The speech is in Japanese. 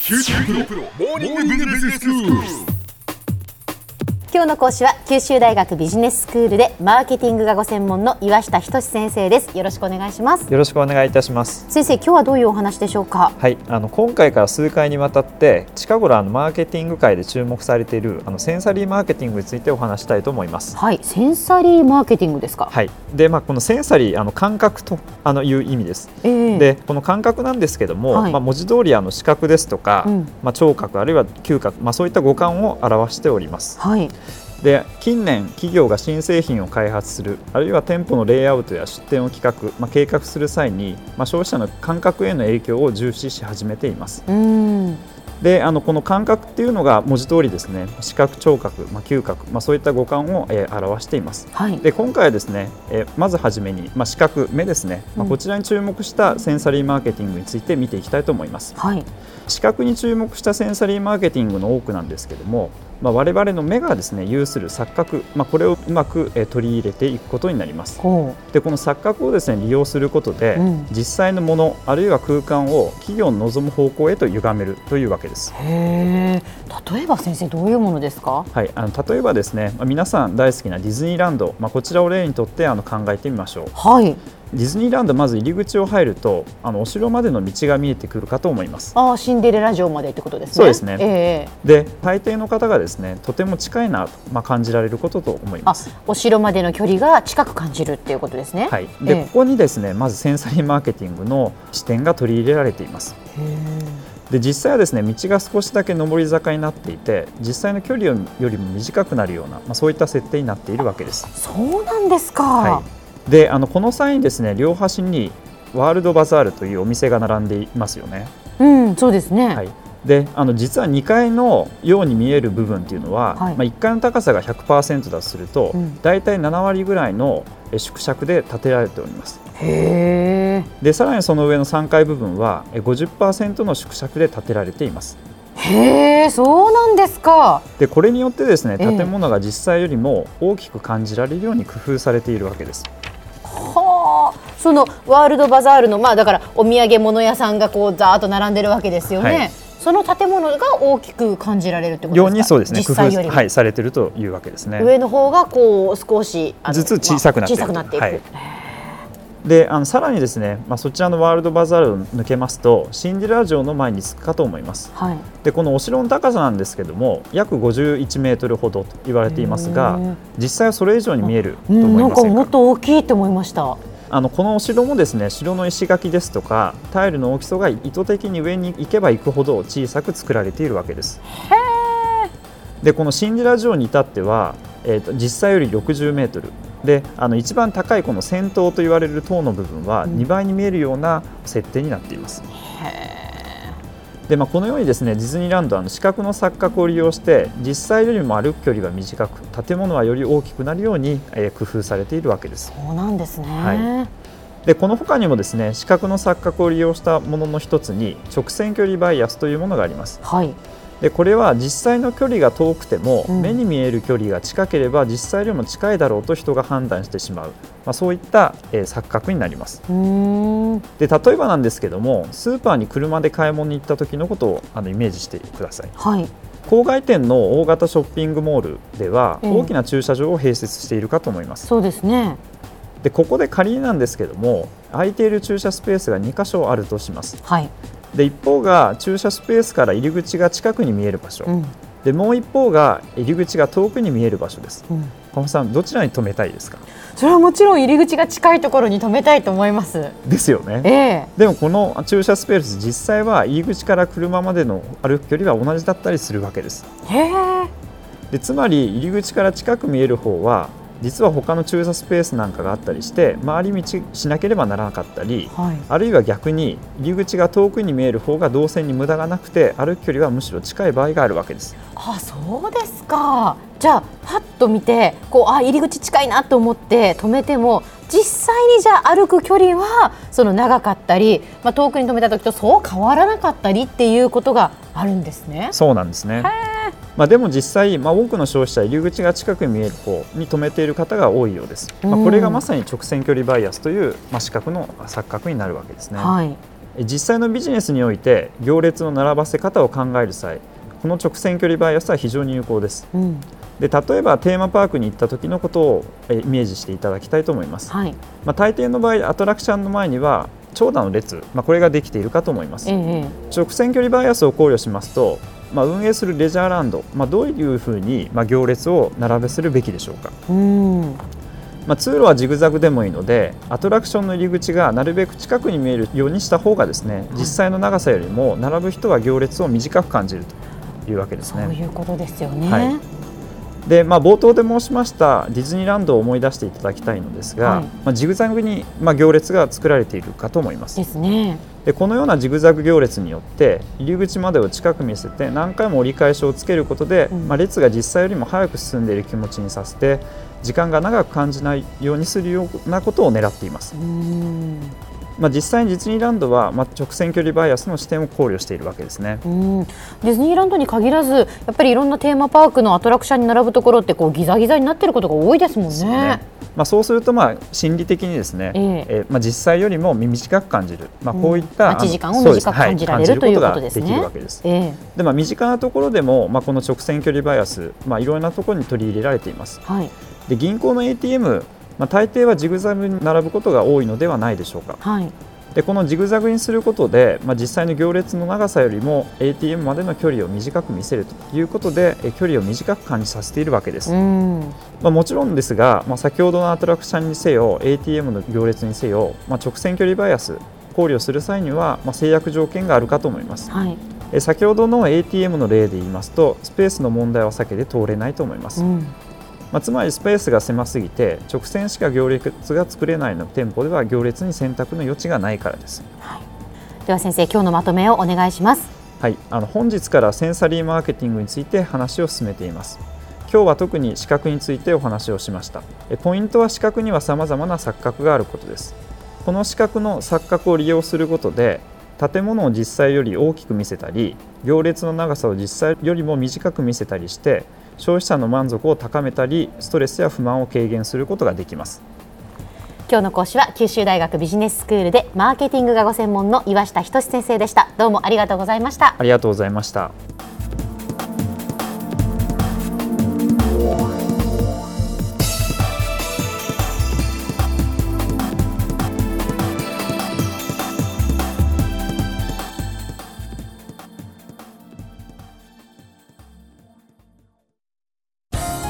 九州大学ビジネススクール。今日の講師は九州大学ビジネススクールでマーケティングがご専門の岩下仁先生ですよろしくお願いしますよろしくお願いいたします。先生今日はどういうお話でしょうかはい、あの今回から数回にわたって近頃あのマーケティング界で注目されているあのセンサリーマーケティングについてお話したいと思います。はいセンサリーマーケティングですか、はい、で、まあ、このセンサリーあの感覚とあのいう意味です。ええでこの感覚なんですけども、はいまあ、文字通りあの視覚ですとか、うんまあ、聴覚あるいは嗅覚、まあ、そういった五感を表しておりますはいで近年企業が新製品を開発するあるいは店舗のレイアウトや出店を企画、まあ、計画する際に、まあ、消費者の感覚への影響を重視し始めていますうーんであのこの感覚っていうのが文字通りですね視覚聴覚、まあ、嗅覚、まあ、そういった五感を、えー表していますはいで今回はですね、えーまずはじめに、まあ、視覚目ですね、まうあ、んこちらに注目したセンサリーマーケティングについて見ていきたいと思いますはい視覚に注目したセンサリーマーケティングの多くなんですけども、まあ、我々の目がですね有する錯覚、まあ、これをうまくえー取り入れていくことになりますほでこの錯覚をですね利用することで、うん実際のものあるいは空間を企業の望む方向へと歪めるというわけですうへえ例えば先生どういうものですかはい、あの例えばですね、まあ皆さん大好きなディズニーランド、まあ、こちらを例にとってあの考えてみましょう。はいディズニーランド、まず入り口を入ると、あのお城までの道が見えてくるかと思います。ああシンデレラ城までってことですねそうですねええで、大抵の方がですね、とても近いなと、まあ、感じられることと思いまあす。お城までの距離が近く感じるっていうことですねはい、で、えここにですね、まずセンサリーマーケティングの視点が取り入れられています。えへで、実際はですね、道が少しだけ上り坂になっていて、実際の距離よりも短くなるような、まあ、そういった設定になっているわけです。えそうなんですか、はい、であのこの際にですね両端にワールドバザールというお店が並んでいますよね。うんそうですね、はいであの実は2階のように見える部分っていうのは、はいまあ、1階の高さが100%だとすると、うん大体7割ぐらいのえ縮尺で建てられておりますへえでさらにその上の3階部分はえ50%の縮尺で建てられていますへえそうなんですかでこれによってですねええ建物が実際よりも大きく感じられるように工夫されているわけですはあそのワールドバザールのまあだからお土産物屋さんがこうざーっと並んでるわけですよね、はいその建物が大きく感じられるってことですかようにそうですね工実夫、際よりも、はい、されているというわけですね上の方がこう少しあのずつ小さくなっていまある小さくなっていく、はいであのさらにですね、まあ、そちらのワールドバザールを抜けますとシンデレラ城の前に着くかと思いますはいでこのお城の高さなんですけども約51メートルほどと言われていますへがー実際はそれ以上に見えるとうん思ないんまかせんもかっと大きいと思いましたあのこのお城もですね城の石垣ですとかタイルの大きさが意図的に上に行けば行くほど小さく作られているわけですでこのシンデレラ城に至っては、えー、と実際より60メートルであの一番高いこの尖塔と言われる塔の部分はうん2倍に見えるような設定になっています、でまあ、このようにですねディズニーランドはあの視覚の錯覚を利用して実際よりも歩く距離が短く建物はより大きくなるように、えー工夫されているわけですそうなんですね、はでこの他にもですね視覚の錯覚を利用したものの一つに直線距離バイアスというものがありますはい、でこれは実際の距離が遠くても、うん目に見える距離が近ければ実際よりも近いだろうと人が判断してしまう、まあ、そういった、えー錯覚になりますうーんで例えばなんですけどもスーパーに車で買い物に行った時のことをあのイメージしてくださいはい郊外店の大型ショッピングモールでは、うん大きな駐車場を併設しているかと思いますそうですねでここで仮になんですけども空いている駐車スペースが2箇所あるとしますはい、で一方が駐車スペースから入り口が近くに見える場所、うんでもう一方が入り口が遠くに見える場所ですうん、小野さんどちらに止めたいですかそれはもちろん入り口が近いところに止めたいと思いますですよねええでもこの駐車スペース実際は入り口から車までの歩く距離は同じだったりするわけですへえでつまり入り口から近く見える方は実は他の駐車スペースなんかがあったりして回り道しなければならなかったりはいあるいは逆に入り口が遠くに見える方が動線に無駄がなくて歩く距離はむしろ近い場合があるわけですあそうですかじゃあパッと見てこうあ入り口近いなと思って止めても実際にじゃあ歩く距離はその長かったり、まあ、遠くに止めた時とそう変わらなかったりっていうことがあるんですね。そうなんですね。まあ、でも実際、まあ、多くの消費者は入り口が近く見える方に止めている方が多いようです。まあ、うんこれがまさに直線距離バイアスという、まあ、視覚の錯覚になるわけですね。はい、実際のビジネスにおいて行列の並ばせ方を考える際この直線距離バイアスは非常に有効ですうんで例えばテーマパークに行った時のことをえイメージしていただきたいと思います、はいまあ、大抵の場合アトラクションの前には長蛇の列、まあ、これができているかと思いますええ直線距離バイアスを考慮しますと、まあ、運営するレジャーランド、まあ、どういうふうにまあ行列を並べするべきでしょうか、うんまあ、通路はジグザグでもいいのでアトラクションの入り口がなるべく近くに見えるようにした方がですね実際の長さよりも並ぶ人は行列を短く感じるというわけですそうね。いうことですよね、はいでまあ、冒頭で申しましたディズニーランドを思い出していただきたいのですが、はいまあ、ジグザグにまあ行列が作られているかと思いますで。すねでこのようなジグザグ行列によって入り口までを近く見せて何回も折り返しをつけることで、うんまあ、列が実際よりも早く進んでいる気持ちにさせて時間が長く感じないようにするようなことを狙っていますう、んまあ、実際にディズニーランドは、まあ、直線距離バイアスの視点を考慮しているわけですねうん、ディズニーランドに限らずやっぱりいろんなテーマパークのアトラクションに並ぶところってこうギザギザになってることが多いですもんそうね。まあ、そうするとまあ心理的にですね、えええーまあ、実際よりも短く感じる、まあ、こういっうんた、あの待ち時間をそうです短く感じられるはいというこ感とですねじるができるわけですええで、まあ、身近なところでも、まあ、この直線距離バイアス、まあ、いろんなところに取り入れられていますはいで銀行の ATM、まあ、大抵はジグザグに並ぶことが多いのではないでしょうかはいでこのジグザグにすることで、まあ、実際の行列の長さよりも ATM までの距離を短く見せるということでえ距離を短く感じさせているわけです、うんまあ、もちろんですが、まあ、先ほどのアトラクションにせよ ATM の行列にせよ、まあ、直線距離バイアス考慮する際には、まあ、制約条件があるかと思いますはいえ先ほどの ATM の例で言いますとスペースの問題は避けて通れないと思いますうんまあ、つまりスペースが狭すぎて直線しか行列が作れないの店舗では行列に選択の余地がないからです、では先生今日のまとめをお願いします。はい、あの本日からセンサリーマーケティングについて話を進めています今日は特に視覚についてお話をしましたえポイントは視覚にはさまざまな錯覚があることですこの視覚の錯覚を利用することで建物を実際より大きく見せたり行列の長さを実際よりも短く見せたりして消費者の満足を高めたりストレスや不満を軽減することができます今日の講師は九州大学ビジネススクールでマーケティングがご専門の岩下仁先生でした。どうもありがとうございました。ありがとうございました。